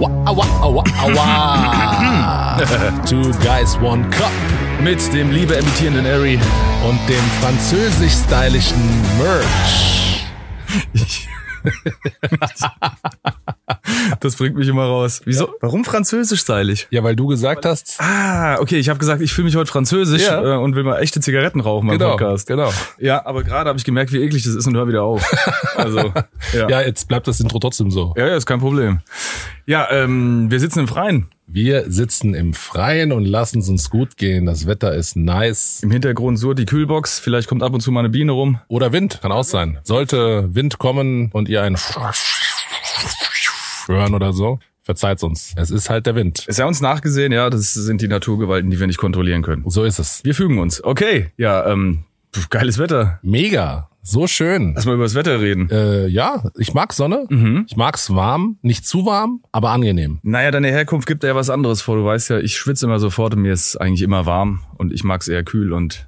Aua, aua, aua, aua. Two Guys One Cup. Mit dem liebe emittierenden Harry und dem französisch-stylischen Merch. Das bringt mich immer raus. Wieso? Warum französisch stylig? Ja, weil du gesagt hast. Ah, okay, ich habe gesagt, ich fühle mich heute französisch Ja. äh, und will mal echte Zigaretten rauchen beim Podcast. genau. Ja, aber gerade habe ich gemerkt, wie eklig das ist und hör wieder auf. Also, ja. Ja, ja. jetzt bleibt das Intro trotzdem so. Ja, ist kein Problem. Ja, ähm, wir sitzen im Freien. Wir sitzen im Freien und lassen es uns gut gehen. Das Wetter ist nice. Im Hintergrund surrt die Kühlbox. Vielleicht kommt ab und zu mal eine Biene rum. Oder Wind, kann auch sein. Sollte Wind kommen und ihr einen hören oder so, verzeiht uns. Es ist halt der Wind. Ist ja uns nachgesehen, ja, das sind die Naturgewalten, die wir nicht kontrollieren können. So ist es. Wir fügen uns. Okay, ja, ähm, pf, geiles Wetter. Mega, so schön. Lass mal über das Wetter reden. Äh, ja, ich mag Sonne. Mhm. Ich mag's warm, nicht zu warm, aber angenehm. Naja, deine Herkunft gibt ja was anderes vor. Du weißt ja, ich schwitze immer sofort und mir ist eigentlich immer warm und ich mag's eher kühl und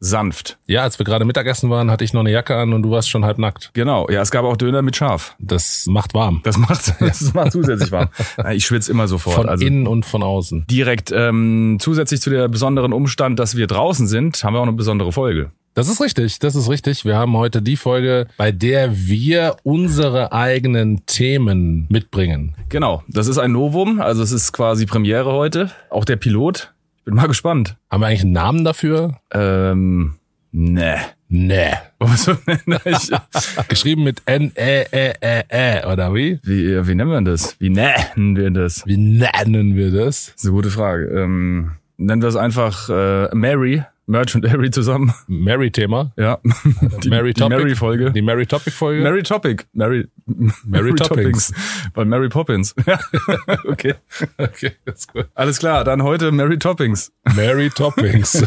sanft. Ja, als wir gerade Mittagessen waren, hatte ich noch eine Jacke an und du warst schon halb nackt. Genau, ja, es gab auch Döner mit Schaf. Das macht warm. Das macht, das macht zusätzlich warm. Na, Ich schwitze immer sofort. Von also innen und von außen. direkt ähm, zusätzlich zu der besonderen Umstand, dass wir draußen sind, haben wir auch eine besondere Folge. Das ist richtig, das ist richtig. Wir haben heute die Folge, bei der wir unsere eigenen Themen mitbringen. Genau, das ist ein Novum, also es ist quasi Premiere heute. Auch der Pilot. Ich bin mal gespannt. Haben wir eigentlich einen Namen dafür? Ähm, ne. Nee. ich, Geschrieben mit N-E-E-E-E, oder wie? wie, wie nennen wir das? Wie nennen wir das? Wie nennen wir das? Das ist eine gute Frage. Ähm, nennen wir es einfach äh, Mary, Merch und Harry zusammen. Mary-Thema. Ja. Die, Mary die Topic. Mary-Folge. Die Mary-Topic-Folge. Mary Topic. Mary, Mary Toppings. Bei Mary Poppins. Ja. okay. okay, das ist gut. Alles klar, dann heute Mary Toppings. Mary Toppings.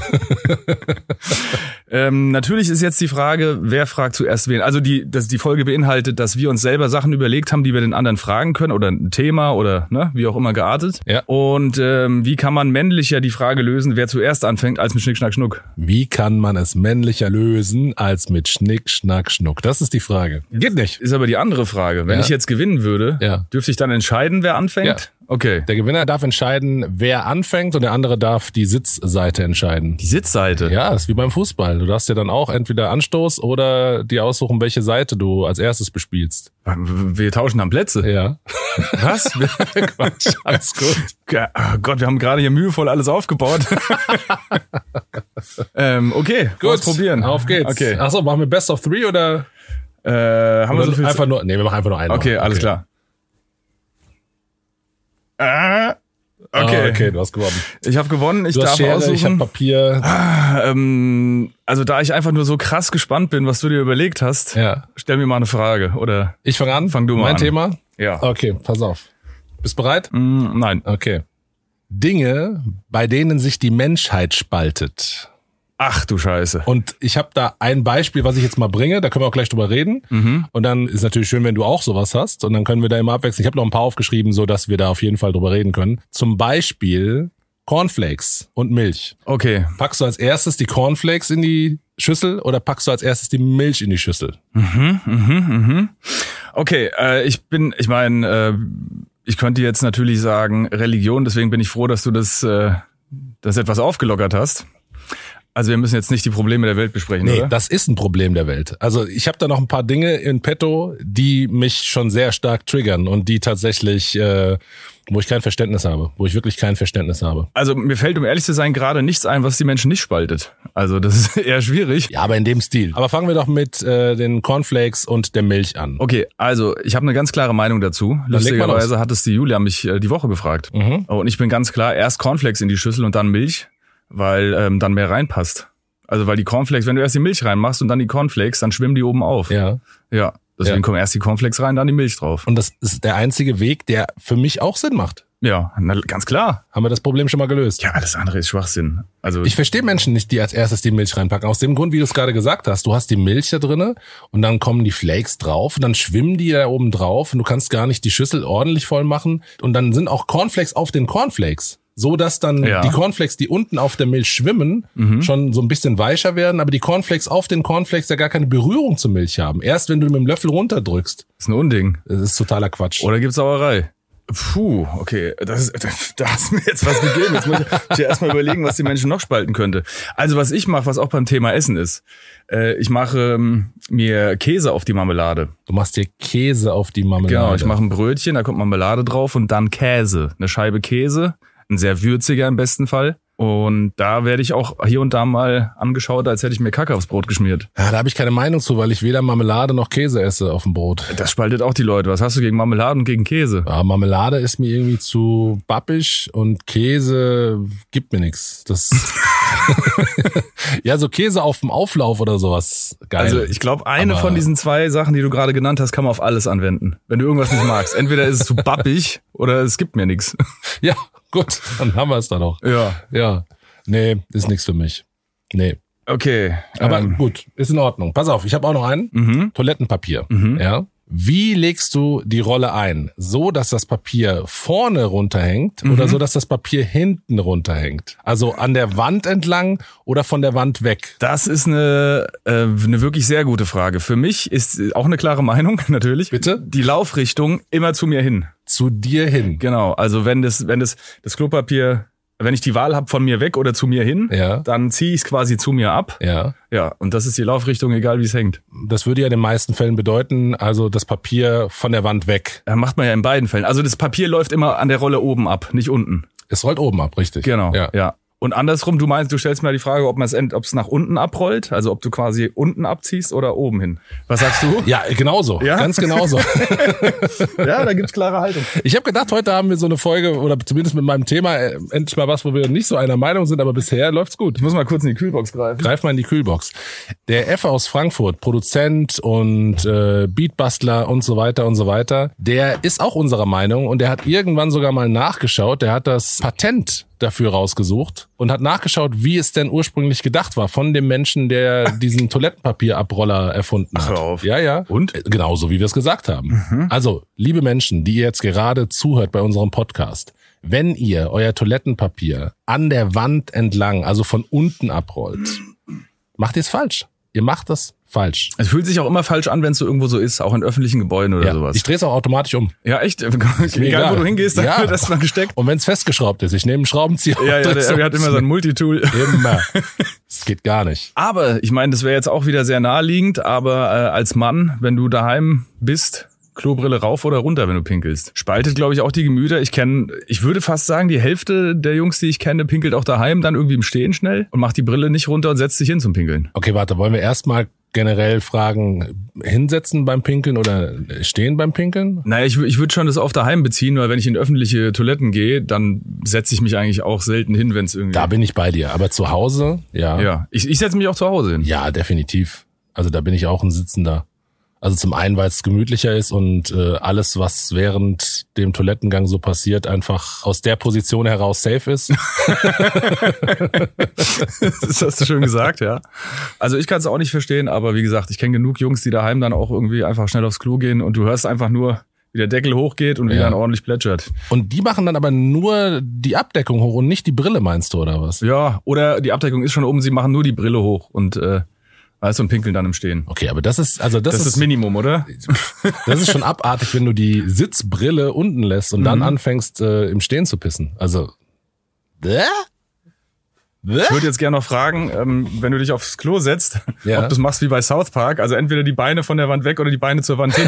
Ähm, natürlich ist jetzt die Frage, wer fragt zuerst wen? Also die, dass die Folge beinhaltet, dass wir uns selber Sachen überlegt haben, die wir den anderen fragen können oder ein Thema oder ne, wie auch immer geartet. Ja. Und ähm, wie kann man männlicher die Frage lösen, wer zuerst anfängt, als mit Schnick, Schnack, Schnuck? Wie kann man es männlicher lösen als mit Schnick, Schnack, Schnuck? Das ist die Frage. Geht nicht. Ist aber die andere Frage. Wenn Ja. ich jetzt gewinnen würde, Ja. dürfte ich dann entscheiden, wer anfängt? Ja. Okay. Der Gewinner darf entscheiden, wer anfängt und der andere darf die Sitzseite entscheiden. Die Sitzseite. Ja, das ist wie beim Fußball. Du darfst dir dann auch entweder Anstoß oder dir aussuchen, welche Seite du als erstes bespielst. Wir tauschen dann Plätze. Ja. Was? Quatsch, alles gut. Ja, oh Gott, wir haben gerade hier mühevoll alles aufgebaut. ähm, okay, Gut, probieren. Auf geht's. Okay. Achso, machen wir Best of Three oder, Äh, haben wir so oder viel Zeit? einfach nur. Nee, wir machen einfach nur einen. Okay, alles klar. Ah, okay. Ah, okay, du hast gewonnen. Ich habe gewonnen, ich Du darf hast Schere, aussuchen. ich hab Papier. ähm, also da ich einfach nur so krass gespannt bin, was du dir überlegt hast, Ja. stell mir mal eine Frage oder Ich fange an. Fang du mal Mein an. Thema? ja. Okay, pass auf. Bist bereit? Mm, nein. Okay. Dinge, bei denen sich die Menschheit spaltet. Ach du Scheiße. Und ich habe da ein Beispiel, was ich jetzt mal bringe, da können wir auch gleich drüber reden. Und dann ist natürlich schön, wenn du auch sowas hast. Und dann können wir da immer abwechseln. Ich habe noch ein paar aufgeschrieben, so dass wir da auf jeden Fall drüber reden können. Zum Beispiel Cornflakes und Milch. Okay. Packst du als erstes die Cornflakes in die Schüssel oder packst du als erstes die Milch in die Schüssel? Mhm, Okay, äh, ich bin, ich meine, äh, ich könnte jetzt natürlich sagen Religion, deswegen bin ich froh, dass du das, äh, das etwas aufgelockert hast. Also wir müssen jetzt nicht die Probleme der Welt besprechen, Nee, oder? das ist ein Problem der Welt. Also ich habe da noch ein paar Dinge in petto, die mich schon sehr stark triggern und die tatsächlich, äh, wo ich kein Verständnis habe, wo ich wirklich kein Verständnis habe. Also mir fällt, um ehrlich zu sein, gerade nichts ein, was die Menschen nicht spaltet. Also das ist eher schwierig. Ja, aber in dem Stil. Aber fangen wir doch mit äh, den Cornflakes und der Milch an. Okay, also ich habe eine ganz klare Meinung dazu. leg mal los. Lustigerweise hat es die Julia mich äh, die Woche gefragt. Mhm. Oh, Und ich bin ganz klar, erst Cornflakes in die Schüssel und dann Milch, weil ähm, dann mehr reinpasst. Also weil die Cornflakes, wenn du erst die Milch reinmachst und dann die Cornflakes, dann schwimmen die oben auf. Ja. Ja, deswegen Ja. kommen erst die Cornflakes rein, dann die Milch drauf. Und das ist der einzige Weg, der für mich auch Sinn macht. Ja, na, ganz klar. Haben wir das Problem schon mal gelöst? Ja, alles andere ist Schwachsinn. Also Ich verstehe Menschen nicht, die als erstes die Milch reinpacken. Aus dem Grund, wie du es gerade gesagt hast, du hast die Milch da drinne und dann kommen die Flakes drauf und dann schwimmen die da oben drauf und du kannst gar nicht die Schüssel ordentlich voll machen und dann sind auch Cornflakes auf den Cornflakes. So dass dann Ja. Mhm. die Cornflakes, die unten auf der Milch schwimmen, schon so ein bisschen weicher werden, aber die Cornflakes auf den Cornflakes ja gar keine Berührung zur Milch haben. Erst wenn du mit dem Löffel runterdrückst. ist ein Unding. Das ist totaler Quatsch. Oder gibt's Sauerei? Puh, okay, das, ist- da hast du mir jetzt was gegeben. Jetzt muss ich ja erstmal überlegen, was die Menschen noch spalten könnte. Also was ich mache, was auch beim Thema Essen ist, äh, ich mache ähm, mir Käse auf die Marmelade. Du machst dir Käse auf die Marmelade. Genau, ich mache ein Brötchen, da kommt Marmelade drauf und dann Käse, eine Scheibe Käse, ein sehr würziger im besten Fall. Und da werde ich auch hier und da mal angeschaut, als hätte ich mir Kacke aufs Brot geschmiert. Ja, da habe ich keine Meinung zu, weil ich weder Marmelade noch Käse esse auf dem Brot. Das spaltet auch die Leute. Was hast du gegen Marmelade und gegen Käse? Ja, Ah, Marmelade ist mir irgendwie zu babbisch und Käse gibt mir nichts. Das ja, so Käse auf dem Auflauf oder sowas. Geil. Also ich glaube, eine Aber- von diesen zwei Sachen, die du gerade genannt hast, kann man auf alles anwenden. Wenn du irgendwas nicht magst. Entweder ist es zu bappig oder es gibt mir nichts. ja, gut, dann haben wir es dann auch. Ja. Ja, nee, ist nichts für mich. Nee, Okay. aber ähm, gut, ist in Ordnung. Pass auf, ich habe auch noch einen. mhm. Toilettenpapier. Mhm. Ja. Wie legst du die Rolle ein? So, dass das Papier vorne runterhängt Mhm. oder so, dass das Papier hinten runterhängt? Also an der Wand entlang oder von der Wand weg? Das ist eine, äh, eine wirklich sehr gute Frage. Für mich ist äh, auch eine klare Meinung, natürlich. Bitte? Die Laufrichtung immer zu mir hin. Zu dir hin. Genau. Also wenn das, wenn das, das Klopapier, wenn ich die Wahl habe von mir weg oder zu mir hin, Ja. dann ziehe ich es quasi zu mir ab. Ja. Ja. Und das ist die Laufrichtung, egal wie es hängt. Das würde ja in den meisten Fällen bedeuten, also das Papier von der Wand weg. Ja, macht man ja in beiden Fällen. Also das Papier läuft immer an der Rolle oben ab, nicht unten. Es rollt oben ab, richtig? Genau. Ja. Ja. Und andersrum, du meinst, du stellst mir die Frage, ob man es ent- ob es nach unten abrollt, also ob du quasi unten abziehst oder oben hin. Was sagst du? Ja, genauso. Ja? Ganz genauso. ja, da gibt's klare Haltung. Ich habe gedacht, heute haben wir so eine Folge oder zumindest mit meinem Thema äh, endlich mal was, wo wir nicht so einer Meinung sind, aber bisher läuft's gut. Ich muss mal kurz in die Kühlbox greifen. Greif mal in die Kühlbox. Der F aus Frankfurt, Produzent und äh, Beatbastler und so weiter und so weiter, der ist auch unserer Meinung und der hat irgendwann sogar mal nachgeschaut. Der hat das Patent dafür rausgesucht und hat nachgeschaut, wie es denn ursprünglich gedacht war von dem Menschen, der diesen Toilettenpapierabroller erfunden hat. Hör auf. Ja, ja. Und? Äh, Genauso wie wir es gesagt haben. Mhm. Also, liebe Menschen, die ihr jetzt gerade zuhört bei unserem Podcast, wenn ihr euer Toilettenpapier an der Wand entlang, also von unten abrollt, macht ihr es falsch. Ihr macht das falsch. Es fühlt sich auch immer falsch an, wenn es so irgendwo so ist, auch in öffentlichen Gebäuden oder Ja, sowas. Ich drehe es auch automatisch um. Ja, echt. mir Egal, egal. wo du hingehst, da Ja. wird erstmal gesteckt. Und wenn es festgeschraubt ist, ich nehme einen Schraubenzieher. Ja, und ja, dreh's der, um. der hat immer sein Multitool. Immer. Es geht gar nicht. Aber ich meine, das wäre jetzt auch wieder sehr naheliegend, aber äh, als Mann, wenn du daheim bist, Klobrille rauf oder runter, wenn du pinkelst. Spaltet, glaube ich, auch die Gemüter. Ich kenne, ich würde fast sagen, die Hälfte der Jungs, die ich kenne, pinkelt auch daheim, dann irgendwie im Stehen schnell und macht die Brille nicht runter und setzt sich hin zum Pinkeln. Okay, warte, wollen wir erstmal generell fragen, hinsetzen beim Pinkeln oder stehen beim Pinkeln? Naja, ich, wü- ich würde schon das auf daheim beziehen, weil wenn ich in öffentliche Toiletten gehe, dann setze ich mich eigentlich auch selten hin, wenn es irgendwie... Da bin ich bei dir. Aber zu Hause, ja. ja, ich, ich setze mich auch zu Hause hin. Ja, definitiv. Also da bin ich auch ein Sitzender. Also zum einen, weil es gemütlicher ist und äh, alles, was während dem Toilettengang so passiert, einfach aus der Position heraus safe ist. Das hast du schön gesagt, ja. Also ich kann es auch nicht verstehen, aber wie gesagt, ich kenne genug Jungs, die daheim dann auch irgendwie einfach schnell aufs Klo gehen und du hörst einfach nur, wie der Deckel hochgeht und wie Ja. dann ordentlich plätschert. Und die machen dann aber nur die Abdeckung hoch und nicht die Brille, meinst du, oder was? Ja, oder die Abdeckung ist schon oben, sie machen nur die Brille hoch und äh, weißt du, und pinkeln dann im Stehen. Okay, aber das ist, also das, Das, ist das ist, Minimum, oder? das ist schon abartig, wenn du die Sitzbrille unten lässt und dann anfängst, äh, im Stehen zu pissen. Also. Bäh? Bäh? Ich würde jetzt gerne noch fragen, ähm, wenn du dich aufs Klo setzt, Ja. ob du es machst wie bei South Park, also entweder die Beine von der Wand weg oder die Beine zur Wand hin.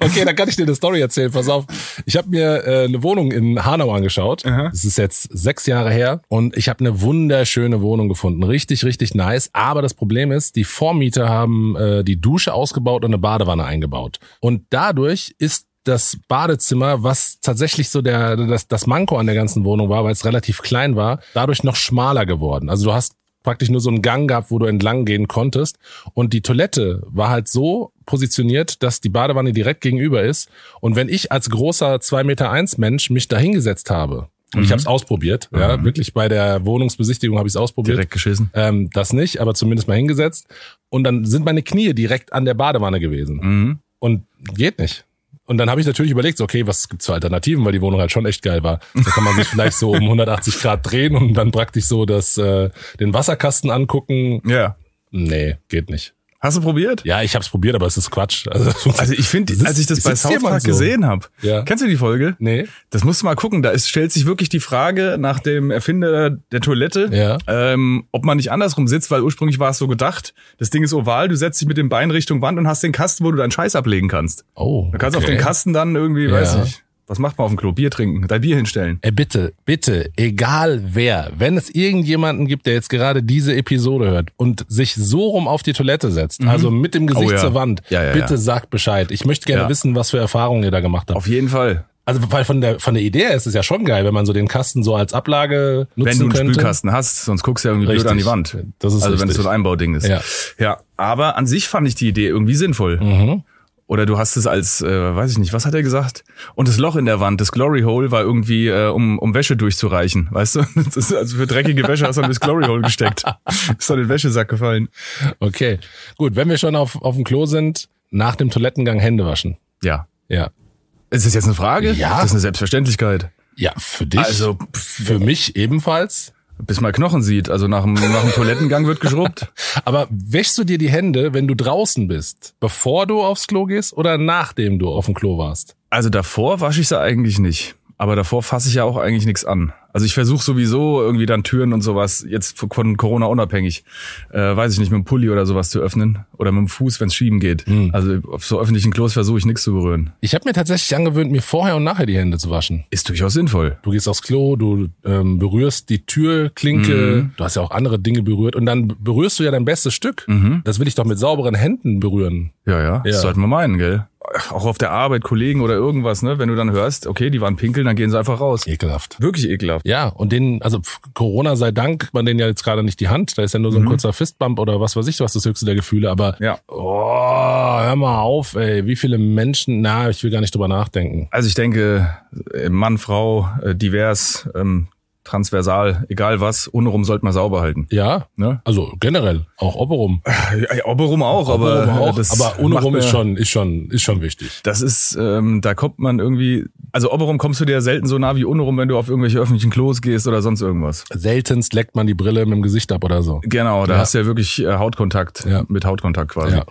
Okay, dann kann ich dir eine Story erzählen. Pass auf. Ich habe mir äh, eine Wohnung in Hanau angeschaut. Es ist jetzt sechs Jahre her und ich habe eine wunderschöne Wohnung gefunden. Richtig, richtig nice. Aber das Problem ist, die Vormieter haben äh, die Dusche ausgebaut und eine Badewanne eingebaut. Und dadurch ist das Badezimmer, was tatsächlich so der das, das Manko an der ganzen Wohnung war, weil es relativ klein war, dadurch noch schmaler geworden. Also du hast praktisch nur so einen Gang gehabt, wo du entlang gehen konntest. Und die Toilette war halt so positioniert, dass die Badewanne direkt gegenüber ist. Und wenn ich als großer 2 Meter eins Mensch mich da hingesetzt habe, und Mhm. ich habe es ausprobiert, ja, wirklich bei der Wohnungsbesichtigung habe ich es ausprobiert. Direkt geschissen. Ähm, das nicht, aber zumindest mal hingesetzt. Und dann sind meine Knie direkt an der Badewanne gewesen. Mhm. Und geht nicht. Und dann habe ich natürlich überlegt, so, okay, was gibt's für Alternativen, weil die Wohnung halt schon echt geil war. Da kann man sich vielleicht so um 180 Grad drehen und dann praktisch so das, äh, den Wasserkasten angucken. Ja. Nee, geht nicht. Hast du probiert? Ja, ich habe es probiert, aber es ist Quatsch. Also, Also ich finde, Sitzt- als ich das bei sitzt South jemand Park so? gesehen habe, Ja. kennst du die Folge? nee. Das musst du mal gucken. Da ist, stellt sich wirklich die Frage nach dem Erfinder der Toilette, Ja. ähm, ob man nicht andersrum sitzt, weil ursprünglich war es so gedacht, das Ding ist oval, du setzt dich mit dem Bein Richtung Wand und hast den Kasten, wo du deinen Scheiß ablegen kannst. Oh. Du kannst auf den Kasten dann irgendwie, weiß Ja. ich, was macht man auf dem Klo? Bier trinken, dein Bier hinstellen. Ey, Äh, bitte, bitte, egal wer, wenn es irgendjemanden gibt, der jetzt gerade diese Episode hört und sich so rum auf die Toilette setzt, also mit dem Gesicht Oh ja. zur Wand, Ja, ja, bitte ja. sagt Bescheid. Ich möchte gerne Ja. wissen, was für Erfahrungen ihr da gemacht habt. Auf jeden Fall. Also weil von der von der Idee her ist es ja schon geil, wenn man so den Kasten so als Ablage Wenn nutzen du einen könnte. Spülkasten hast, sonst guckst du ja irgendwie blöd Richtig. an die Wand. Das ist also wenn es richtig. so ein Einbauding ist. Ja. ja, aber an sich fand ich die Idee irgendwie sinnvoll. Mhm. Oder du hast es als, äh, weiß ich nicht, was hat er gesagt? Und das Loch in der Wand, das Glory Hole, war irgendwie, äh, um, um Wäsche durchzureichen, weißt du? Das ist, also für dreckige Wäsche hast du dann das Glory Hole gesteckt. Ist doch in den Wäschesack gefallen. Okay, gut. Wenn wir schon auf auf dem Klo sind, nach dem Toilettengang Hände waschen. Ja. Ja, Ist das jetzt eine Frage? Ja. Das ist eine Selbstverständlichkeit. ja, für dich. Also, für mich ebenfalls. Bis mal Knochen sieht, also nach dem, nach dem Toilettengang wird geschrubbt. Aber wäschst du dir die Hände, wenn du draußen bist, bevor du aufs Klo gehst oder nachdem du auf dem Klo warst? Also davor wasche ich sie eigentlich nicht. Aber davor fasse ich ja auch eigentlich nichts an. Also ich versuche sowieso irgendwie dann Türen und sowas, jetzt von Corona unabhängig, äh, weiß ich nicht, mit dem Pulli oder sowas zu öffnen. Oder mit dem Fuß, wenn es schieben geht. Also auf so öffentlichen Klos versuche ich nichts zu berühren. Ich habe mir tatsächlich angewöhnt, mir vorher und nachher die Hände zu waschen. Ist durchaus sinnvoll. Du gehst aufs Klo, du ähm, berührst die Türklinke, du hast ja auch andere Dinge berührt und dann berührst du ja dein bestes Stück. Das will ich doch mit sauberen Händen berühren. Ja, ja, Ja. das sollte man meinen, gell? Auch auf der Arbeit, Kollegen oder irgendwas, ne? Wenn du dann hörst, okay, die waren pinkeln, dann gehen sie einfach raus. Ekelhaft. Wirklich ekelhaft. Ja, und den, also pf, Corona sei Dank, man den ja jetzt gerade nicht die Hand, da ist ja nur so ein kurzer Fistbump oder was weiß ich, du hast das höchste der Gefühle, aber Mhm. Ja. oh, hör mal auf, ey, wie viele Menschen, na, ich will gar nicht drüber nachdenken. Also ich denke, äh, Mann, Frau, äh, divers, ähm, transversal, egal was, unrum sollte man sauber halten. Ja, Ne? also generell, auch Oberum. Ja, ja, Oberum auch, aber, äh, Oberum auch, das aber Unerum macht ist mir- schon, ist schon, ist schon wichtig. Das ist, ähm, da kommt man irgendwie, also Oberum kommst du dir selten so nah wie Unerum, wenn du auf irgendwelche öffentlichen Klos gehst oder sonst irgendwas. Seltenst leckt man die Brille mit dem Gesicht ab oder so. Genau, da Ja. hast du ja wirklich äh, Hautkontakt Ja. mit Hautkontakt quasi. Ja.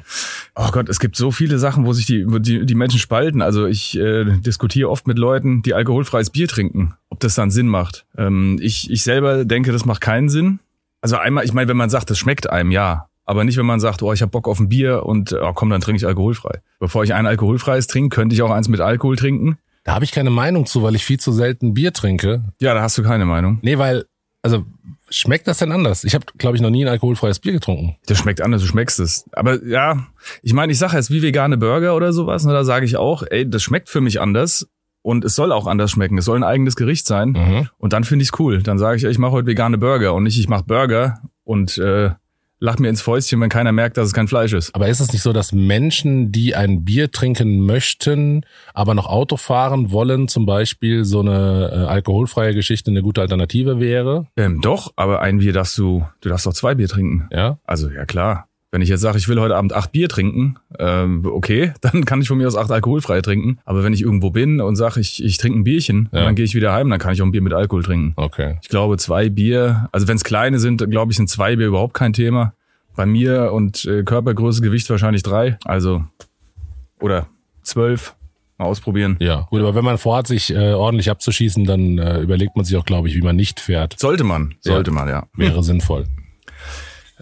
Oh Gott, es gibt so viele Sachen, wo sich die, wo die, die Menschen spalten. Also ich äh, diskutiere oft mit Leuten, die alkoholfreies Bier trinken, ob das dann Sinn macht. Ähm, ich, ich selber denke, das macht keinen Sinn. Also einmal, ich meine, wenn man sagt, das schmeckt einem, ja. Aber nicht, wenn man sagt, oh, ich habe Bock auf ein Bier und oh, komm, dann trinke ich alkoholfrei. Bevor ich ein alkoholfreies trinke, könnte ich auch eins mit Alkohol trinken. Da habe ich keine Meinung zu, weil ich viel zu selten Bier trinke. Ja, da hast du keine Meinung. Nee, weil, also schmeckt das denn anders? Ich habe, glaube ich, noch nie ein alkoholfreies Bier getrunken. Das schmeckt anders, du schmeckst es. Aber ja, ich meine, ich sage jetzt wie vegane Burger oder sowas, ne, da sage ich auch, ey, das schmeckt für mich anders und es soll auch anders schmecken. Es soll ein eigenes Gericht sein. Mhm. Und dann finde ich es cool. Dann sage ich, ey, ich mache heute vegane Burger und nicht, ich mache Burger und äh, lach mir ins Fäustchen, wenn keiner merkt, dass es kein Fleisch ist. Aber ist es nicht so, dass Menschen, die ein Bier trinken möchten, aber noch Auto fahren wollen, zum Beispiel so eine äh, alkoholfreie Geschichte eine gute Alternative wäre? Ähm, doch, aber ein Bier darfst du, du darfst auch zwei Bier trinken. Ja. Also ja klar. Wenn ich jetzt sage, ich will heute Abend acht Bier trinken, ähm, okay, dann kann ich von mir aus acht alkoholfrei trinken. Aber wenn ich irgendwo bin und sage, ich, ich trinke ein Bierchen, Ja. und dann gehe ich wieder heim, dann kann ich auch ein Bier mit Alkohol trinken. Okay. Ich glaube, zwei Bier, also wenn es kleine sind, glaube ich, sind zwei Bier überhaupt kein Thema. Bei mir und äh, Körpergröße, Gewicht wahrscheinlich drei, also oder zwölf. Mal ausprobieren. Ja. Gut, aber wenn man vorhat, sich äh, ordentlich abzuschießen, dann äh, überlegt man sich auch, glaube ich, wie man nicht fährt. Sollte man, sollte man, ja. Wäre sinnvoll.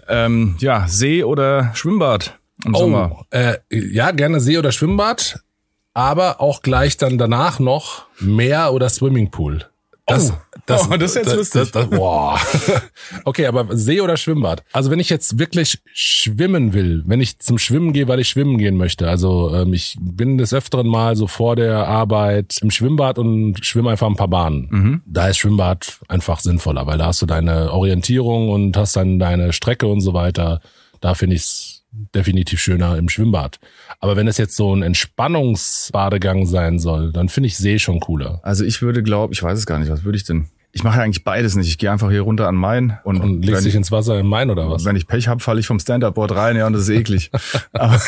Ähm, ja, See oder Schwimmbad im Sommer. äh, ja, gerne See oder Schwimmbad, aber auch gleich dann danach noch Meer oder Swimmingpool. Das, Oh. Oh, das ist jetzt lustig. das- Also, boah. Okay, aber See oder Schwimmbad? Also wenn ich jetzt wirklich schwimmen will, wenn ich zum Schwimmen gehe, weil ich schwimmen gehen möchte, also ähm, ich bin des Öfteren mal so vor der Arbeit im Schwimmbad und schwimme einfach ein paar Bahnen. Da ist Schwimmbad einfach sinnvoller, weil da hast du deine Orientierung und hast dann deine Strecke und so weiter. Da finde ich es definitiv schöner im Schwimmbad. Aber wenn es jetzt so ein Entspannungsbadegang sein soll, dann finde ich See schon cooler. Also ich würde glaube, ich weiß es gar nicht, was würde ich denn? Ich mache ja eigentlich beides nicht. Ich gehe einfach hier runter an Main und, Und legst wenn, dich ich, ins Wasser im Main oder was? wenn ich Pech habe, falle ich vom Stand-Up-Board rein, ja, und das ist eklig. aber,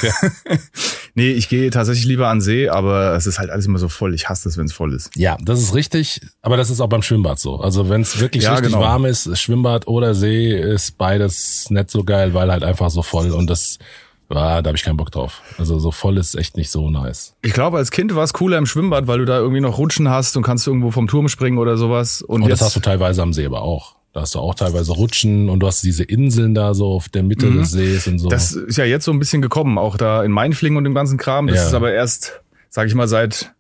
nee, ich gehe tatsächlich lieber an See, aber es ist halt alles immer so voll. Ich hasse es, wenn es voll ist. Ja, das ist richtig, aber das ist auch beim Schwimmbad so. Also wenn es wirklich Ja, richtig genau. warm ist, Schwimmbad oder See ist beides nicht so geil, weil halt einfach so voll und das äh, ah, da habe ich keinen Bock drauf. Also so voll ist echt nicht so nice. Ich glaube, als Kind war es cooler im Schwimmbad, weil du da irgendwie noch Rutschen hast und kannst irgendwo vom Turm springen oder sowas. Und, Und jetzt, Oh, das hast du teilweise am See aber auch. Da hast du auch teilweise Rutschen und du hast diese Inseln da so auf der Mitte des Sees und so. Mhm. das ist ja jetzt so ein bisschen gekommen, auch da in Mainflingen und dem ganzen Kram. Das Ja. ist aber erst, sag ich mal, seit,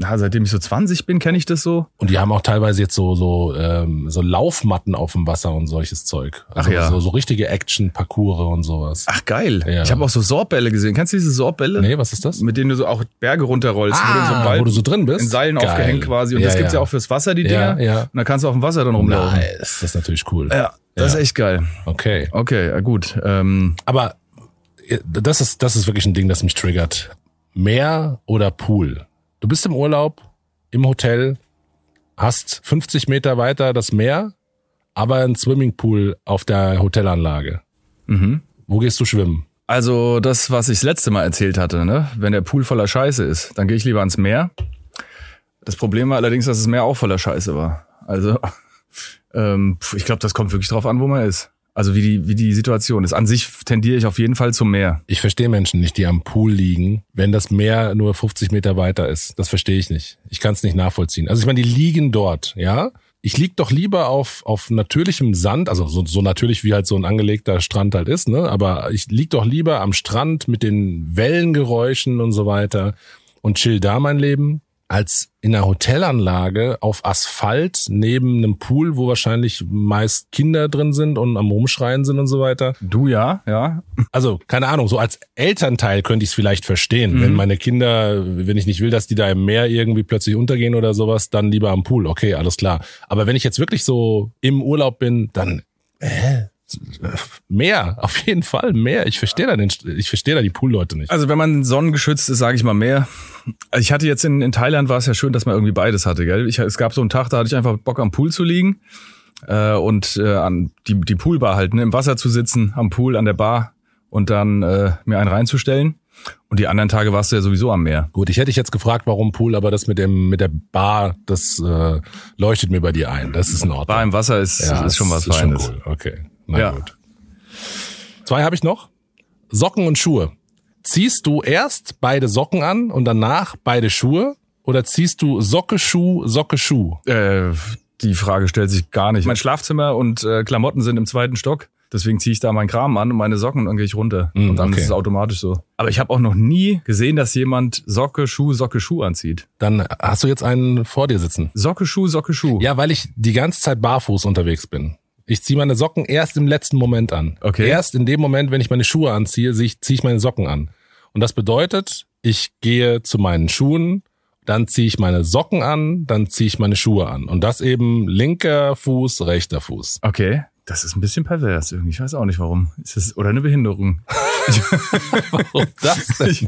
na, seitdem ich so 20 bin, kenne ich das so. Und die haben auch teilweise jetzt so so ähm, so Laufmatten auf dem Wasser und solches Zeug. Also Ach ja. Ah. so, so richtige Action-Parcours und sowas. Ach geil. Ja. Ich habe auch so Sorbälle gesehen. Kennst du diese Sorbälle? Nee, was ist das? Ah, Mit denen du so auch Berge runterrollst. wo du so wo du so drin bist. in Seilen Geil. aufgehängt quasi. Und das gibt's ja auch fürs Wasser, die Ja, Dinger. Äh, ja. Und dann kannst du auf dem Wasser dann rumlaufen. Nice. Das ist natürlich cool. Ja, das ist echt geil. Okay. Okay, ja, gut. Ähm, Aber äh, das ist, das ist wirklich ein Ding, das mich triggert. Meer oder Pool? Du bist im Urlaub, im Hotel, hast 50 Meter weiter das Meer, aber einen Swimmingpool auf der Hotelanlage. Wo gehst du schwimmen? mhm. also das, was ich das letzte Mal erzählt hatte, ne? wenn der Pool voller Scheiße ist, dann gehe ich lieber ans Meer. Das Problem war allerdings, dass das Meer auch voller Scheiße war. Also ähm, pf, ich glaube, das kommt wirklich drauf an, wo man ist. Also wie die, wie die Situation ist. An sich tendiere ich auf jeden Fall zum Meer. Ich verstehe Menschen nicht, die am Pool liegen, wenn das Meer nur 50 Meter weiter ist. Das verstehe ich nicht. Ich kann es nicht nachvollziehen. Also ich meine, die liegen dort, ja. Ich lieg doch lieber auf, auf natürlichem Sand, also so, so natürlich wie halt so ein angelegter Strand halt ist, ne? Aber ich lieg doch lieber am Strand mit den Wellengeräuschen und so weiter und chill da mein Leben, als in einer Hotelanlage auf Asphalt neben einem Pool, wo wahrscheinlich meist Kinder drin sind und am Rumschreien sind und so weiter Du ja, ja. also keine Ahnung, so als Elternteil könnte ich es vielleicht verstehen, wenn meine Kinder, wenn ich nicht will, dass die da im Meer irgendwie plötzlich untergehen oder sowas, dann lieber am Pool. Okay, alles klar. Aber wenn ich jetzt wirklich so im Urlaub bin, dann äh, mehr, auf jeden Fall mehr. Ich verstehe da den, ich verstehe da die Poolleute nicht. Also wenn man sonnengeschützt ist, sage ich mal mehr. Also ich hatte jetzt in, in Thailand war es ja schön, dass man irgendwie beides hatte, gell? Ich, es gab so einen Tag, da hatte ich einfach Bock am Pool zu liegen äh, und äh, an die, die Poolbar halt, ne, im Wasser zu sitzen, am Pool, an der Bar und dann äh, mir einen reinzustellen. Und die anderen Tage warst du ja sowieso am Meer. Gut, ich hätte dich jetzt gefragt, warum Pool, aber das mit dem mit der Bar, das äh, leuchtet mir bei dir ein. Das ist in Ordnung. Bar im Wasser ist, Ja, ist schon das was Feines. cool. Okay, na Ja. gut. Zwei habe ich noch. Socken und Schuhe. Ziehst du erst beide Socken an und danach beide Schuhe? Oder ziehst du Socke, Schuh, Socke, Schuh? Äh, die Frage stellt sich gar nicht. Mein Schlafzimmer und äh, Klamotten sind im zweiten Stock. Deswegen ziehe ich da meinen Kram an und meine Socken und dann gehe ich runter. Mm, und dann okay. ist es automatisch so. Aber ich habe auch noch nie gesehen, dass jemand Socke, Schuh, Socke, Schuh anzieht. Dann hast du jetzt einen vor dir sitzen. Socke, Schuh, Socke, Schuh. Ja, weil ich die ganze Zeit barfuß unterwegs bin. Ich ziehe meine Socken erst im letzten Moment an. Okay. Erst in dem Moment, wenn ich meine Schuhe anziehe, ziehe ich, zieh ich meine Socken an. Und das bedeutet, ich gehe zu meinen Schuhen, dann ziehe ich meine Socken an, dann ziehe ich meine Schuhe an. Und das eben linker Fuß, rechter Fuß. Okay. Das ist ein bisschen pervers irgendwie. Ich weiß auch nicht warum. Ist das, oder eine Behinderung. Und das ich,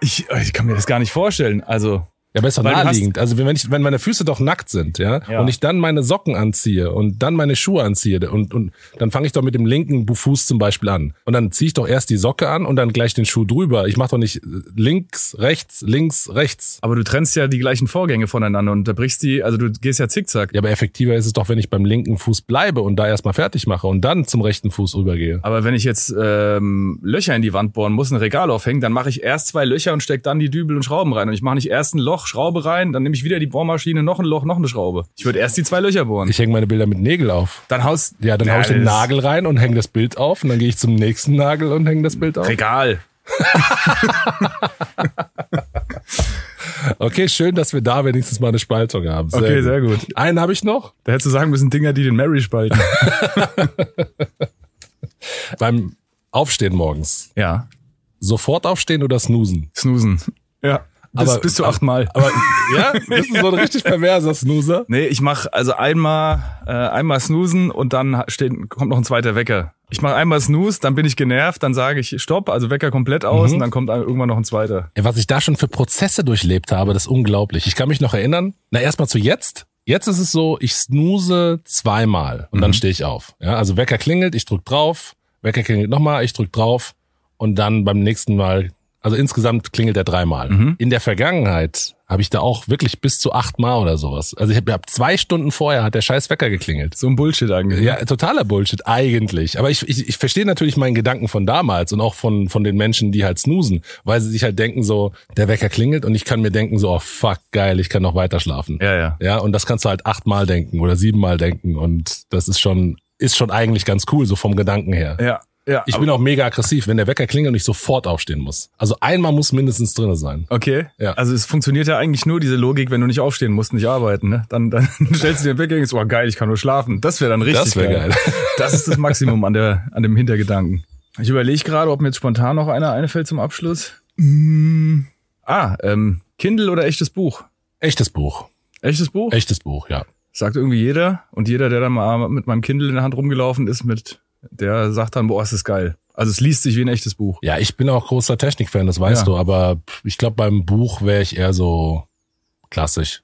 ich, ich kann mir das gar nicht vorstellen. Also, Ja, aber ist doch Weil du hast- naheliegend. Also wenn ich, wenn meine Füße doch nackt sind, ja, Ja. und ich dann meine Socken anziehe und dann meine Schuhe anziehe und, und dann fange ich doch mit dem linken Bu- Fuß zum Beispiel an. Und dann ziehe ich doch erst die Socke an und dann gleich den Schuh drüber. Ich mache doch nicht äh, links, rechts, links, rechts. aber du trennst ja die gleichen Vorgänge voneinander und da brichst die, also du gehst ja zickzack. Ja, aber effektiver ist es doch, wenn ich beim linken Fuß bleibe und da erstmal fertig mache und dann zum rechten Fuß rübergehe. Aber wenn ich jetzt ähm, Löcher in die Wand bohren muss, ein Regal aufhängen, dann mache ich erst zwei Löcher und steck dann die Dübel und Schrauben rein. Und ich mache nicht erst ein Loch, Schraube rein, dann nehme ich wieder die Bohrmaschine, noch ein Loch, noch eine Schraube. Ich würde erst die zwei Löcher bohren. Ich hänge meine Bilder mit Nägel auf. dann haust Ja, dann hau ich den das- Nagel rein und hänge das Bild auf und dann gehe ich zum nächsten Nagel und hänge das Bild auf. Regal. Okay, schön, dass wir da wenigstens mal eine Spaltung haben. Okay, sehr gut. Einen habe ich noch. Da hättest du sagen müssen, Dinger, die den Mary spalten. Beim Aufstehen morgens. ja. Sofort aufstehen oder snoosen? Snoosen. Ja. Bis, Aber- bis zu achtmal. Aber ja, das ist so ein richtig perverser Snoozer. Nee, ich mache also einmal äh, einmal snoosen und dann steht, kommt noch ein zweiter Wecker. Ich mache einmal snooze, dann bin ich genervt, dann sage ich Stopp, also Wecker komplett aus Mhm. und dann kommt irgendwann noch ein zweiter. Ey, Was ich da schon für Prozesse durchlebt habe, das ist unglaublich. Ich kann mich noch erinnern. Na, erstmal zu jetzt. Jetzt ist es so, ich snooze zweimal und dann stehe ich auf. Ja, also Wecker klingelt, ich drück drauf, Wecker klingelt nochmal, ich drück drauf Mhm. und dann beim nächsten Mal, also insgesamt klingelt er dreimal. In der Vergangenheit habe ich da auch wirklich bis zu achtmal oder sowas. Also ich habe hab zwei Stunden vorher hat der scheiß Wecker geklingelt. So ein Bullshit eigentlich. Ja, totaler Bullshit eigentlich. Aber ich, ich, ich verstehe natürlich meinen Gedanken von damals und auch von, von den Menschen, die halt snoosen, weil sie sich halt denken so, der Wecker klingelt und ich kann mir denken so, oh fuck, geil, ich kann noch weiter schlafen. Ja, ja. Ja, und das kannst du halt achtmal denken oder siebenmal denken und das ist schon, ist schon eigentlich ganz cool, so vom Gedanken her. Ja, ja. Ich bin auch mega aggressiv, wenn der Wecker klingelt und ich sofort aufstehen muss. Also einmal muss mindestens drinne sein. Okay. Ja. Also es funktioniert ja eigentlich nur diese Logik, wenn du nicht aufstehen musst, nicht arbeiten. Ne? Dann, dann stellst du dir den Wecker und denkst, oh geil, ich kann nur schlafen. Das wäre dann richtig Das wäre geil. Das ist das Maximum an, der, an dem Hintergedanken. Ich überlege gerade, ob mir jetzt spontan noch einer einfällt zum Abschluss. Mm. Ah, ähm, Kindle oder echtes Buch? Echtes Buch. Echtes Buch? Echtes Buch, ja. Sagt irgendwie jeder. Und jeder, der dann mal mit meinem Kindle in der Hand rumgelaufen ist, mit, der sagt dann, boah, ist das geil. Also es liest sich wie ein echtes Buch. Ja, ich bin auch großer Technikfan, das weißt Ja. du, aber ich glaube, beim Buch wäre ich eher so klassisch.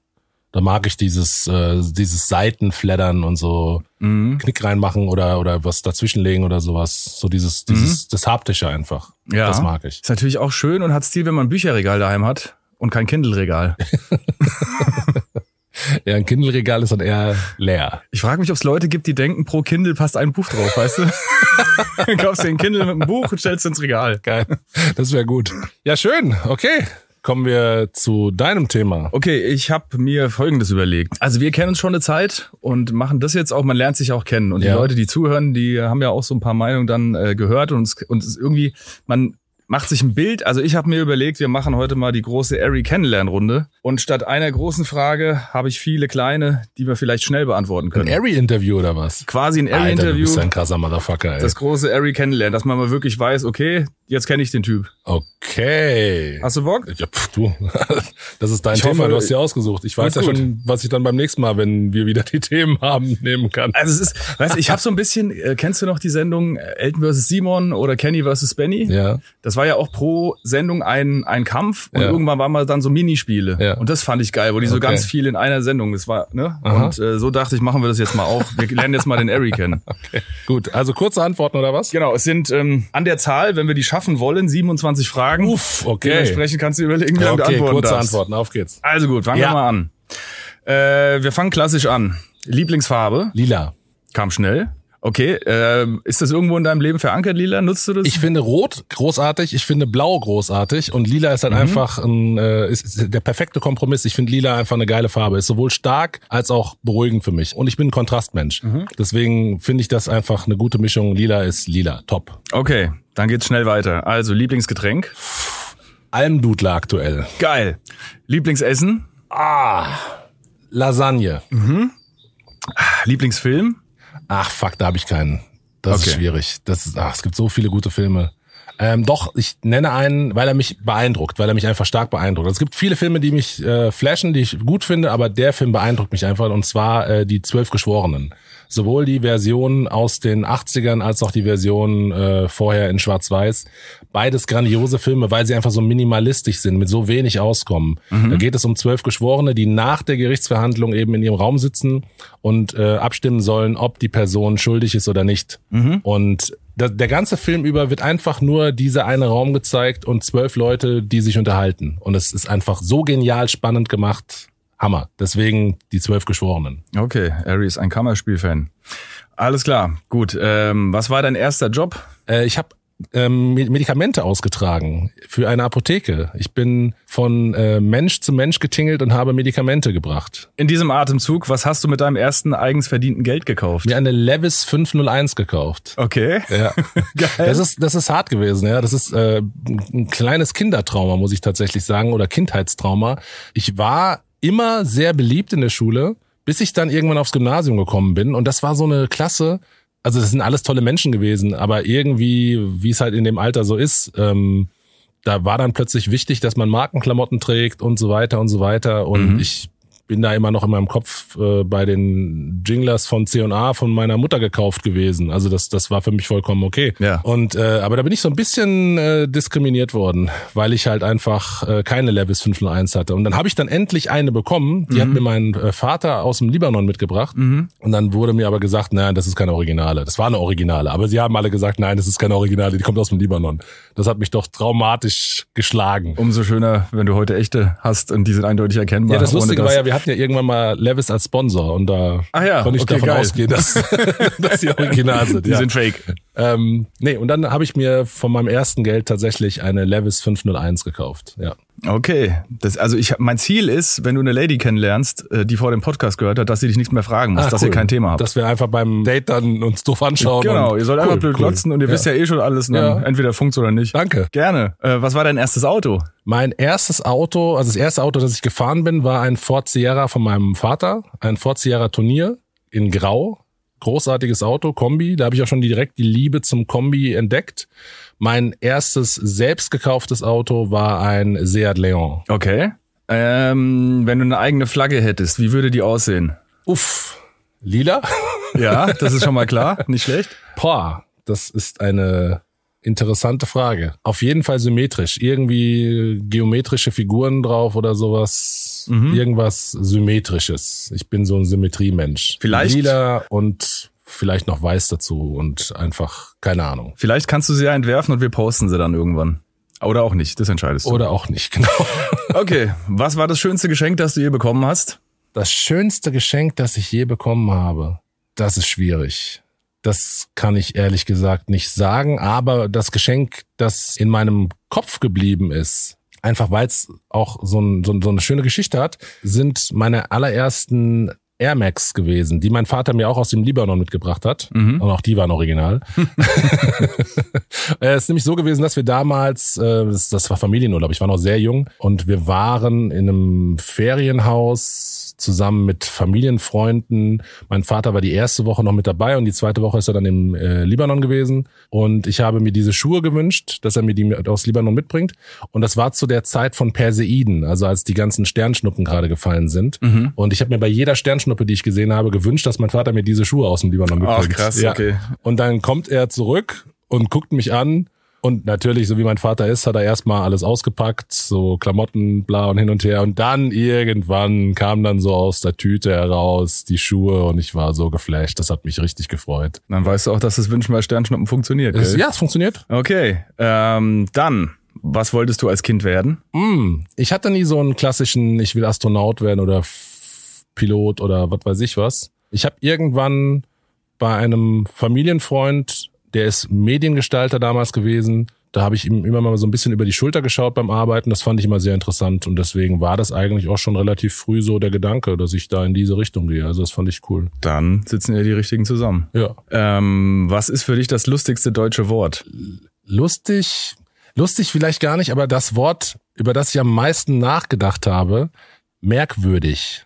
Da mag ich dieses, äh, dieses Seitenfleddern und so Mhm. Knick reinmachen oder, oder was dazwischenlegen oder sowas. So dieses, dieses, das Haptische einfach. Ja. Das mag ich. Ist natürlich auch schön und hat Stil, wenn man ein Bücherregal daheim hat und kein Kindle-Regal. Ja, ein Kindle-Regal ist dann eher leer. Ich frage mich, ob es Leute gibt, die denken, pro Kindle passt ein Buch drauf, weißt du? Kaufst dir ein Kindle mit einem Buch und stellst ins Regal. Geil. Das wäre gut. Ja, schön. Okay. Kommen wir zu deinem Thema. Okay, ich habe mir Folgendes überlegt. Also wir kennen uns schon eine Zeit und machen das jetzt auch. Man lernt sich auch kennen. Und Ja. die Leute, die zuhören, die haben ja auch so ein paar Meinungen dann äh, gehört und, es- und es ist irgendwie, man macht sich ein Bild. Also ich habe mir überlegt, wir machen heute mal die große Ari Kennenlernrunde. Und statt einer großen Frage habe ich viele kleine, die wir vielleicht schnell beantworten Ein können. Airy-Interview oder was? Quasi ein Alter, du Ari-Interview. bist ja ein krasser Motherfucker, ey. Das große Ari kennenlernen, dass man mal wirklich weiß, okay, jetzt kenne ich den Typ. okay. Hast du Bock? Ja, pf, du, das ist dein Ich Thema, hoffe, du hast dir ausgesucht. Ich weiß gut, ja schon, was ich dann beim nächsten Mal, wenn wir wieder die Themen haben, nehmen kann. Also es ist, weißt du, ich habe so ein bisschen, äh, kennst du noch die Sendung äh, Elton vs. Simon oder Kenny vs. Benny? Ja, Das war ja auch pro Sendung ein, ein Kampf und Ja. irgendwann waren mal dann so Minispiele. Ja. Und das fand ich geil, wo die so Okay. ganz viel in einer Sendung, das war, ne? Aha. Und äh, so dachte ich, machen wir das jetzt mal auch. Wir lernen jetzt mal den Ari kennen. gut. Also kurze Antworten oder was? Genau, es sind ähm, an der Zahl, wenn wir die schaffen wollen, 27 Fragen. Uff, okay. Dementsprechend kannst du dir überlegen, wie Ja, lange okay, du antworten kurze darfst. Antworten, auf geht's. Also gut, fangen Ja. wir mal an. Äh, wir fangen klassisch an. Lieblingsfarbe Lila. kam schnell. Okay, ähm, ist das irgendwo in deinem Leben verankert, Lila? Nutzt du das? Ich finde Rot großartig, ich finde Blau großartig und Lila ist halt einfach ein, äh, ist, ist der perfekte Kompromiss. Ich finde Lila einfach eine geile Farbe. Ist sowohl stark als auch beruhigend für mich. Und ich bin ein Kontrastmensch. Deswegen finde ich das einfach eine gute Mischung. Lila ist Lila, top. okay, dann geht's schnell weiter. Also Lieblingsgetränk. Almdudler aktuell. Geil. Lieblingsessen. Lasagne. Lieblingsfilm. Ach fuck, da habe ich keinen. Das ist Okay. schwierig. Das ist, ach, es gibt so viele gute Filme. Ähm, doch, ich nenne einen, weil er mich beeindruckt, weil er mich einfach stark beeindruckt. Also Es gibt viele Filme, die mich äh, flashen, die ich gut finde, aber der Film beeindruckt mich einfach und zwar äh, die Zwölf Geschworenen. Sowohl die Version aus den 80ern als auch die Version äh, vorher in Schwarz-Weiß. Beides grandiose Filme, weil sie einfach so minimalistisch sind, mit so wenig Auskommen. Da geht es um zwölf Geschworene, die nach der Gerichtsverhandlung eben in ihrem Raum sitzen und äh, abstimmen sollen, ob die Person schuldig ist oder nicht. Und da, der ganze Film über wird einfach nur dieser eine Raum gezeigt und zwölf Leute, die sich unterhalten. Und es ist einfach so genial spannend gemacht. Hammer. Deswegen die zwölf Geschworenen. Okay, Ari ist ein Kammerspielfan. Alles klar, gut. Ähm, was war dein erster Job? Äh, ich habe ähm, Me- Medikamente ausgetragen für eine Apotheke. Ich bin von äh, Mensch zu Mensch getingelt und habe Medikamente gebracht. In diesem Atemzug, was hast du mit deinem ersten eigens verdienten Geld gekauft? Mir eine Levis 501 gekauft. Okay. Ja. Das ist, das ist hart gewesen, ja. Das ist äh, ein kleines Kindertrauma, muss ich tatsächlich sagen, oder Kindheitstrauma. Ich war immer sehr beliebt in der Schule, bis ich dann irgendwann aufs Gymnasium gekommen bin. Und das war so eine Klasse. Also, das sind alles tolle Menschen gewesen, aber irgendwie, wie es halt in dem Alter so ist, ähm, da war dann plötzlich wichtig, dass man Markenklamotten trägt und so weiter und so weiter. Und ich bin da immer noch in meinem Kopf äh, bei den Jinglers von C&A von meiner Mutter gekauft gewesen. Also das, das war für mich vollkommen okay. Ja. Und äh, aber da bin ich so ein bisschen äh, diskriminiert worden, weil ich halt einfach äh, keine Levis 501 hatte. Und dann habe ich dann endlich eine bekommen. Die hat mir mein äh, Vater aus dem Libanon mitgebracht. Und dann wurde mir aber gesagt, nein, das ist keine Originale. Das war eine Originale. Aber sie haben alle gesagt, nein, das ist keine Originale. Die kommt aus dem Libanon. Das hat mich doch traumatisch geschlagen. Umso schöner, wenn du heute echte hast und die sind eindeutig erkennbar. Ja, das Ah ohne Lustige dass- war ja, wir hatten ja irgendwann mal Levis als Sponsor und da Ach ja, konnte ich okay, davon geil. ausgehen, dass, dass die original sind. Also, die ja. sind fake. ähm, nee, und dann habe ich mir von meinem ersten Geld tatsächlich eine Levis 501 gekauft. Ja. Okay, das, also ich hab- mein Ziel ist, wenn du eine Lady kennenlernst, äh, die vor dem Podcast gehört hat, dass sie dich nichts mehr fragen muss, dass ihr kein Thema habt. Dass wir einfach beim Date dann uns doof anschauen. genau, und- ihr sollt einfach blöd glotzen und ihr ja. wisst ja eh schon alles, und dann Ja. entweder funkt's oder nicht. Danke. Gerne. Äh, was war dein erstes Auto? Mein erstes Auto, also das erste Auto, das ich gefahren bin, war ein Ford Sierra von meinem Vater, ein Ford Sierra Turnier in Grau. Großartiges Auto, Kombi. Da habe ich auch schon direkt die Liebe zum Kombi entdeckt. Mein erstes selbst gekauftes Auto war ein Seat Leon. Okay. Ähm, wenn du eine eigene Flagge hättest, wie würde die aussehen? Uff, lila? Ja, das ist schon mal klar, nicht schlecht. Boah, das ist eine interessante Frage. Auf jeden Fall symmetrisch. Irgendwie geometrische Figuren drauf oder sowas. Irgendwas Symmetrisches. Ich bin so ein Symmetriemensch. Vielleicht- Lila und vielleicht noch weiß dazu und einfach, keine Ahnung. Vielleicht kannst du sie ja entwerfen und wir posten sie dann irgendwann. Oder auch nicht, das entscheidest du. Oder auch nicht, genau. Okay, was war das schönste Geschenk, das du je bekommen hast? Das schönste Geschenk, das ich je bekommen habe, das ist schwierig. Das kann ich ehrlich gesagt nicht sagen, aber das Geschenk, das in meinem Kopf geblieben ist, einfach weil es auch so, ein, so, so eine schöne Geschichte hat, sind meine allerersten Air Max gewesen, die mein Vater mir auch aus dem Libanon mitgebracht hat. Mhm. Und auch die waren original. Äh, Es ist nämlich so gewesen, dass wir damals, äh, das, das war Familienurlaub, ich war noch sehr jung und wir waren in einem Ferienhaus zusammen mit Familienfreunden. Mein Vater war die erste Woche noch mit dabei und die zweite Woche ist er dann im äh, Libanon gewesen. Und ich habe mir diese Schuhe gewünscht, dass er mir die mit- aus Libanon mitbringt. Und das war zu der Zeit von Perseiden, also als die ganzen Sternschnuppen gerade gefallen sind. Mhm. Und ich habe mir bei jeder Sternschnuppe, die ich gesehen habe, gewünscht, dass mein Vater mir diese Schuhe aus dem Libanon mitbringt. krass, okay. Und dann kommt er zurück und guckt mich an. Und natürlich, so wie mein Vater ist, hat er erstmal alles ausgepackt, so Klamotten, bla und hin und her. Und dann irgendwann kam dann so aus der Tüte heraus die Schuhe und ich war so geflasht. Das hat mich richtig gefreut. Dann weißt du auch, dass das Wünschen bei Sternschnuppen funktioniert. Es, Gell? ja, es funktioniert. Okay, ähm, dann, was wolltest du als Kind werden? Mm, ich hatte nie so einen klassischen, ich will Astronaut werden oder F- Pilot oder was weiß ich was. Ich habe irgendwann bei einem Familienfreund, der ist Mediengestalter damals gewesen, da habe ich ihm immer mal so ein bisschen über die Schulter geschaut beim Arbeiten. Das fand ich immer sehr interessant und deswegen war das eigentlich auch schon relativ früh so der Gedanke, dass ich da in diese Richtung gehe. Also das fand ich cool. Dann sitzen ja die Richtigen zusammen. Ja. Ähm, was ist für dich das lustigste deutsche Wort? lustig, lustig vielleicht gar nicht, aber das Wort, über das ich am meisten nachgedacht habe, merkwürdig.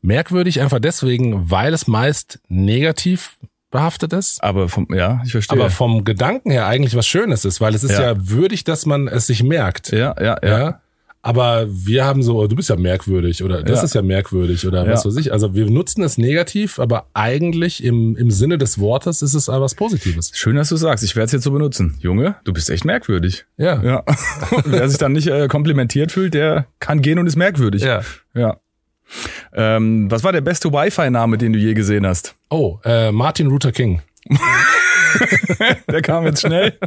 Merkwürdig einfach deswegen, weil es meist negativ behaftet ist. Aber vom, ja, ich verstehe. Aber vom Gedanken her eigentlich was Schönes ist, weil es ist Ja. ja, würdig, dass man es sich merkt. ja, ja, ja, Ja. Aber wir haben so, du bist ja merkwürdig oder das Ja. ist ja merkwürdig oder Ja. was weiß ich. Also wir nutzen es negativ, aber eigentlich im, im Sinne des Wortes ist es aber was Positives. Schön, dass du sagst. Ich werde es jetzt so benutzen. Junge, du bist echt merkwürdig. Ja. Ja. Wer sich dann nicht äh, komplimentiert fühlt, der kann gehen und ist merkwürdig. Ja. ja. Ähm, was war der beste Wi-Fi-Name, den du je gesehen hast? Oh, äh, Martin Luther King. Der kam jetzt schnell.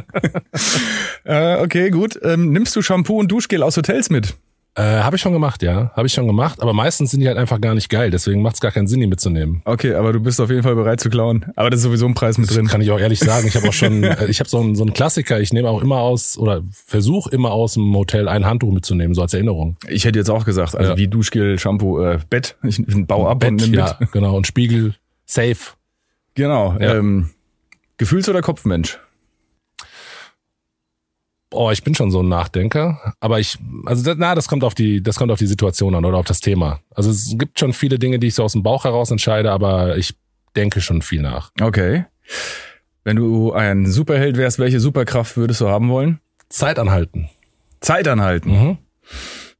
äh, okay, gut. Ähm, nimmst du Shampoo und Duschgel aus Hotels mit? Äh, habe ich schon gemacht, ja. Habe ich schon gemacht. Aber meistens sind die halt einfach gar nicht geil. Deswegen macht es gar keinen Sinn, die mitzunehmen. Okay, aber du bist auf jeden Fall bereit zu klauen. Aber das ist sowieso ein Preis mit drin. Kann ich auch ehrlich sagen. Ich habe auch schon, äh, ich habe so einen, so einen Klassiker. Ich nehme auch immer aus oder versuche immer aus dem Hotel ein Handtuch mitzunehmen, so als Erinnerung. Ich hätte jetzt auch gesagt, also Ja. wie Duschgel, Shampoo, äh, Bett. Ich baue ab und nimm ja, mit. genau. Und Spiegel, safe. Genau. Ja. Ähm, Gefühls- oder Kopfmensch? Oh, ich bin schon so ein Nachdenker. Aber ich, also das, na, das kommt auf die, das kommt auf die Situation an oder auf das Thema. Also es gibt schon viele Dinge, die ich so aus dem Bauch heraus entscheide, aber ich denke schon viel nach. Okay. Wenn du ein Superheld wärst, welche Superkraft würdest du haben wollen? Zeit anhalten. Zeit anhalten. Mhm.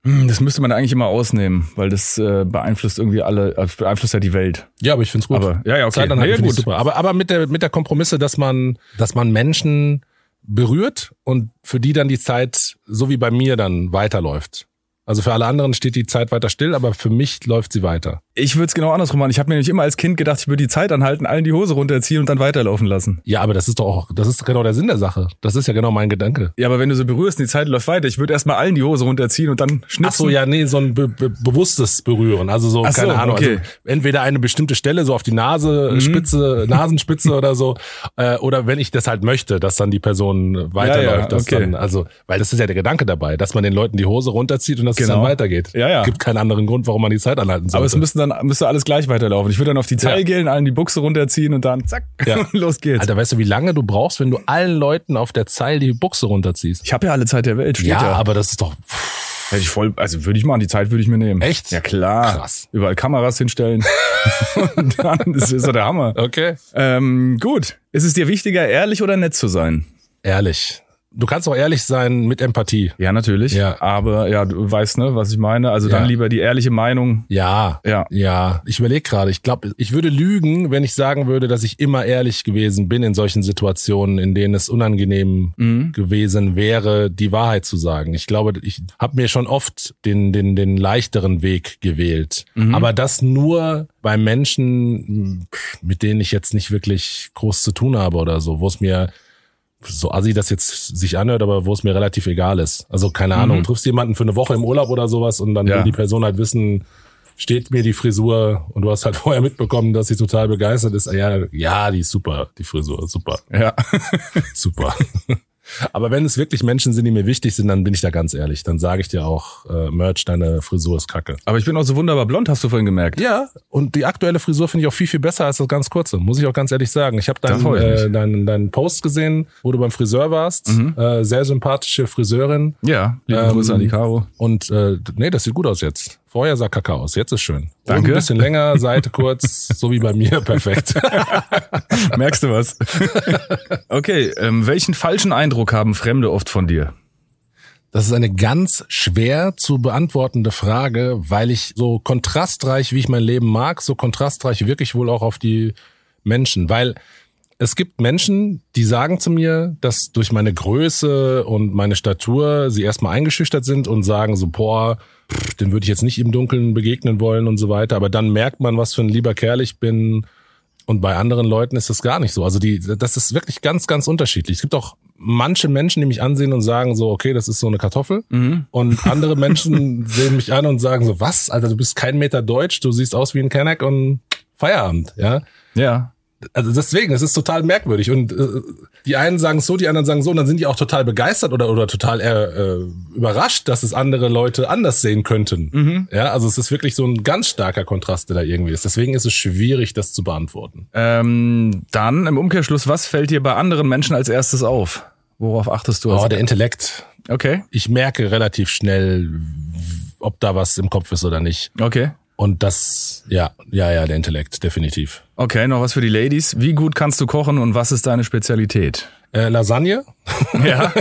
Hm, Das müsste man eigentlich immer ausnehmen, weil das äh, beeinflusst irgendwie alle, äh, beeinflusst ja die Welt. Ja, aber ich find's gut. Aber ja, ja, okay. Seitan Na ja, find ich gut. super. Aber, aber mit der, mit der Kompromisse, dass man, dass man Menschen berührt und für die dann die Zeit, so wie bei mir, dann weiterläuft. Also für alle anderen steht die Zeit weiter still, aber für mich läuft sie weiter. Ich würde es genau andersrum machen. Ich habe mir nämlich immer als Kind gedacht, ich würde die Zeit anhalten, allen die Hose runterziehen und dann weiterlaufen lassen. Ja, aber das ist doch auch, das ist genau der Sinn der Sache. Das ist ja genau mein Gedanke. Ja, aber wenn du so berührst und die Zeit läuft weiter, ich würde erstmal allen die Hose runterziehen und dann schnipsen. Ach so, ja, nee, so ein be be bewusstes Berühren. Also so, Ach so, keine Ahnung. okay. Mhm. Also entweder eine bestimmte Stelle, so auf die Nase, äh, Spitze, Nasenspitze oder so. Äh, oder wenn ich das halt möchte, dass dann die Person weiterläuft. Ja, ja, dass okay. dann, also, weil das ist ja der Gedanke dabei, dass man den Leuten die Hose runterzieht und dass es Genau. dann weitergeht. Ja, ja. Gibt keinen anderen Grund, warum man die Zeit anhalten sollte. Aber es müssen dann müsste alles gleich weiterlaufen. Ich würde dann auf die Zeile also. Ja. gehen, allen die Buchse runterziehen und dann zack, Ja. Also, los geht's. Alter, weißt du, wie lange du brauchst, wenn du allen Leuten auf der Zeile die Buchse runterziehst? ich habe ja alle Zeit der Welt, steht Ja, ja. aber das ist doch Hätte ich voll, also würde ich machen, die Zeit würde ich mir nehmen. Echt? Ja klar. Krass. Überall Kameras hinstellen. und dann das ist so der Hammer. okay. Ähm, gut. Ist es dir wichtiger, ehrlich oder nett zu sein? Ehrlich. Du kannst auch ehrlich sein mit Empathie. Ja, natürlich. Ja. Aber ja, du weißt, ne, was ich meine. Also Ja. dann lieber die ehrliche Meinung. Ja, Ja. Ja, ich überlege gerade. Ich glaube, ich würde lügen, wenn ich sagen würde, dass ich immer ehrlich gewesen bin in solchen Situationen, in denen es unangenehm Mhm. gewesen wäre, die Wahrheit zu sagen. Ich glaube, ich habe mir schon oft den, den, den leichteren Weg gewählt. Aber das nur bei Menschen, mh, mit denen ich jetzt nicht wirklich groß zu tun habe oder so, wo es mir so assi das jetzt sich anhört, aber wo es mir relativ egal ist. Also keine Ahnung, triffst jemanden für eine Woche im Urlaub oder sowas und dann Ja. will die Person halt wissen, steht mir die Frisur und du hast halt vorher mitbekommen, dass sie total begeistert ist. Ah Ja, ja, die ist super, die Frisur, super, Ja. super. aber wenn es wirklich Menschen sind, die mir wichtig sind, dann bin ich da ganz ehrlich. Dann sage ich dir auch, äh, Merch, deine Frisur ist kacke. Aber ich bin auch so wunderbar blond, hast du vorhin gemerkt. Ja, und die aktuelle Frisur finde ich auch viel, viel besser als das ganz kurze, muss ich auch ganz ehrlich sagen. Ich habe Da deinen, freu ich äh, mich. deinen, deinen Post gesehen, wo du beim Friseur warst. Äh, sehr sympathische Friseurin. Ja. Liebe Ähm, Grüße an die Caro. Und äh, nee, das sieht gut aus jetzt. Vorher sah Kacke aus, jetzt ist schön. Danke. Ein bisschen länger, Seite kurz, so wie bei mir, perfekt. Merkst du was? okay, ähm, welchen falschen Eindruck haben Fremde oft von dir? Das ist eine ganz schwer zu beantwortende Frage, weil ich so kontrastreich, wie ich mein Leben mag, so kontrastreich wirklich wohl auch auf die Menschen, weil es gibt Menschen, die sagen zu mir, dass durch meine Größe und meine Statur sie erstmal eingeschüchtert sind und sagen so, boah, pff, den würde ich jetzt nicht im Dunkeln begegnen wollen und so weiter. Aber dann merkt man, was für ein lieber Kerl ich bin. Und bei anderen Leuten ist das gar nicht so. Also die, das ist wirklich ganz, ganz unterschiedlich. Es gibt auch manche Menschen, die mich ansehen und sagen so, okay, das ist so eine Kartoffel. Und andere Menschen sehen mich an und sagen so, was? Alter, du bist kein Meter deutsch, du siehst aus wie ein Kenneck und Feierabend, ja Ja. also deswegen, es ist total merkwürdig. Und äh, die einen sagen so, die anderen sagen so, und dann sind die auch total begeistert oder, oder total äh, äh, überrascht, dass es andere Leute anders sehen könnten. Ja, also es ist wirklich so ein ganz starker Kontrast, der da irgendwie ist. Deswegen ist es schwierig, das zu beantworten. Ähm, dann im Umkehrschluss, was fällt dir bei anderen Menschen als erstes auf? Worauf achtest du? als- Oh, der Intellekt. okay. Ich merke relativ schnell, ob da was im Kopf ist oder nicht. Okay. Und das, ja, ja, ja, der Intellekt, definitiv. Okay, noch was für die Ladies. Wie gut kannst du kochen und was ist deine Spezialität? Äh, Lasagne, Ja.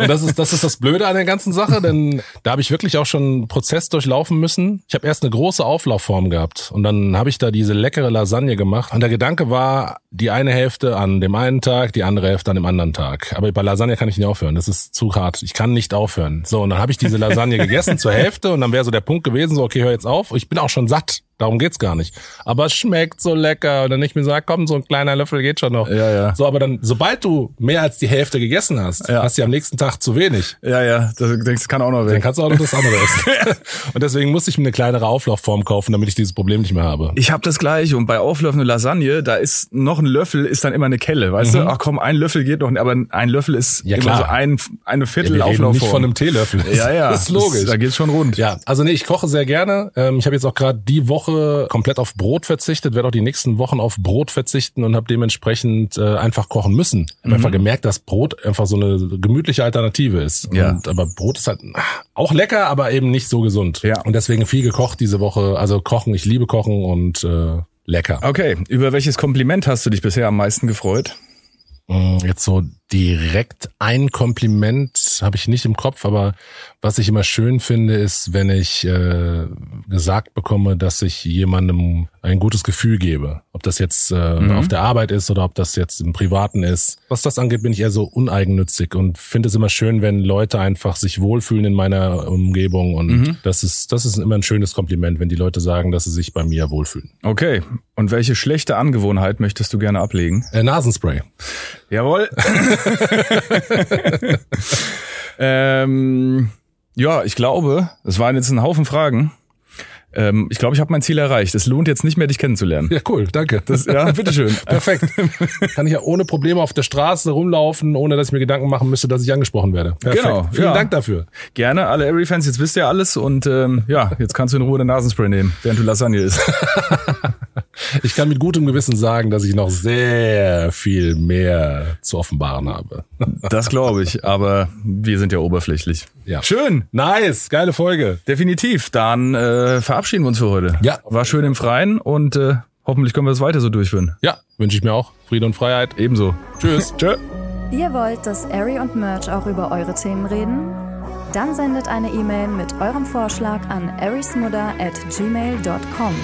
Und das ist, das ist das Blöde an der ganzen Sache, denn da habe ich wirklich auch schon einen Prozess durchlaufen müssen. Ich habe erst eine große Auflaufform gehabt und dann habe ich da diese leckere Lasagne gemacht. Und der Gedanke war, die eine Hälfte an dem einen Tag, die andere Hälfte an dem anderen Tag. Aber bei Lasagne kann ich nicht aufhören, das ist zu hart. Ich kann nicht aufhören. So, und dann habe ich diese Lasagne gegessen zur Hälfte und dann wäre so der Punkt gewesen, so, okay, hör jetzt auf. Ich bin auch schon satt. Darum geht's gar nicht. Aber es schmeckt so lecker. Und dann nicht mir sagt, komm, so ein kleiner Löffel geht schon noch. Ja, ja. So, aber dann, sobald du mehr als die Hälfte gegessen hast, Ja. hast du ja am nächsten Tag zu wenig. ja, ja. Das denkst, kann auch noch Dann weg. kannst du auch noch das andere essen. Und deswegen musste ich mir eine kleinere Auflaufform kaufen, damit ich dieses Problem nicht mehr habe. Ich habe das gleiche und bei auflaufende Lasagne, da ist noch ein Löffel, ist dann immer eine Kelle, weißt du? Ach komm, ein Löffel geht noch, aber ein Löffel ist Mhm. Ja, immer klar. so ein, eine wir Viertel reden Auflaufform. nicht von einem Teelöffel. ja, ja. Das ist logisch. da geht's schon rund. Ja, also nee, ich koche sehr gerne. Ähm, ich habe jetzt auch gerade die Woche komplett auf Brot verzichtet, werde auch die nächsten Wochen auf Brot verzichten und habe dementsprechend äh, einfach kochen müssen. Mhm. Hab einfach gemerkt, dass Brot einfach so eine gemütliche Alternative ist. Ja. Und, aber Brot ist halt ah, auch lecker, aber eben nicht so gesund. Ja. Und deswegen viel gekocht diese Woche. Also kochen, ich liebe kochen und äh, lecker. Okay, über welches Kompliment hast du Hm, dich bisher am meisten gefreut? Mm, Jetzt so direkt ein Kompliment Lied habe ich nicht im Kopf, aber was ich immer schön finde, ist, wenn ich äh, gesagt bekomme, dass ich jemandem ein gutes Gefühl gebe. Ob das jetzt äh, Mhm. auf der Arbeit ist oder ob das jetzt im Privaten ist. Was das angeht, bin ich eher so uneigennützig und finde es immer schön, wenn Leute einfach sich wohlfühlen in meiner Umgebung. Und Mhm. das ist, das ist immer ein schönes Kompliment, wenn die Leute sagen, dass sie sich bei mir wohlfühlen. Okay. Und welche schlechte Angewohnheit möchtest du gerne ablegen? Äh, Nasenspray. Jawohl. ähm, ja, ich glaube, es waren jetzt ein Haufen Fragen. Ähm, ich glaube, ich habe mein Ziel erreicht. Es lohnt jetzt nicht mehr, dich kennenzulernen. Ja, cool, danke. Das, ja, bitteschön. Perfekt. Kann ich ja ohne Probleme auf der Straße rumlaufen, ohne dass ich mir Gedanken machen müsste, dass ich angesprochen werde. Perfekt. Genau, Vielen ja. Dank dafür. Gerne, alle Every-Fans, jetzt wisst ihr alles und ähm, ja, jetzt kannst du in Ruhe den Nasenspray nehmen, während du Lasagne isst. Ich kann mit gutem Gewissen sagen, dass ich noch sehr viel mehr zu offenbaren habe. Das glaube ich, aber wir sind ja oberflächlich. Ja. Schön, Nice, geile Folge. definitiv. Dann äh, verabschieden wir uns für heute. Ja. War schön im Freien und äh, hoffentlich können wir es weiter so durchführen. Ja, wünsche ich mir auch. Friede und Freiheit. Ebenso. Tschüss. Tschö. Ihr wollt, dass Ari und Merch auch über eure Themen reden? Dann sendet eine E-Mail mit eurem Vorschlag an arismutter at gmail.com.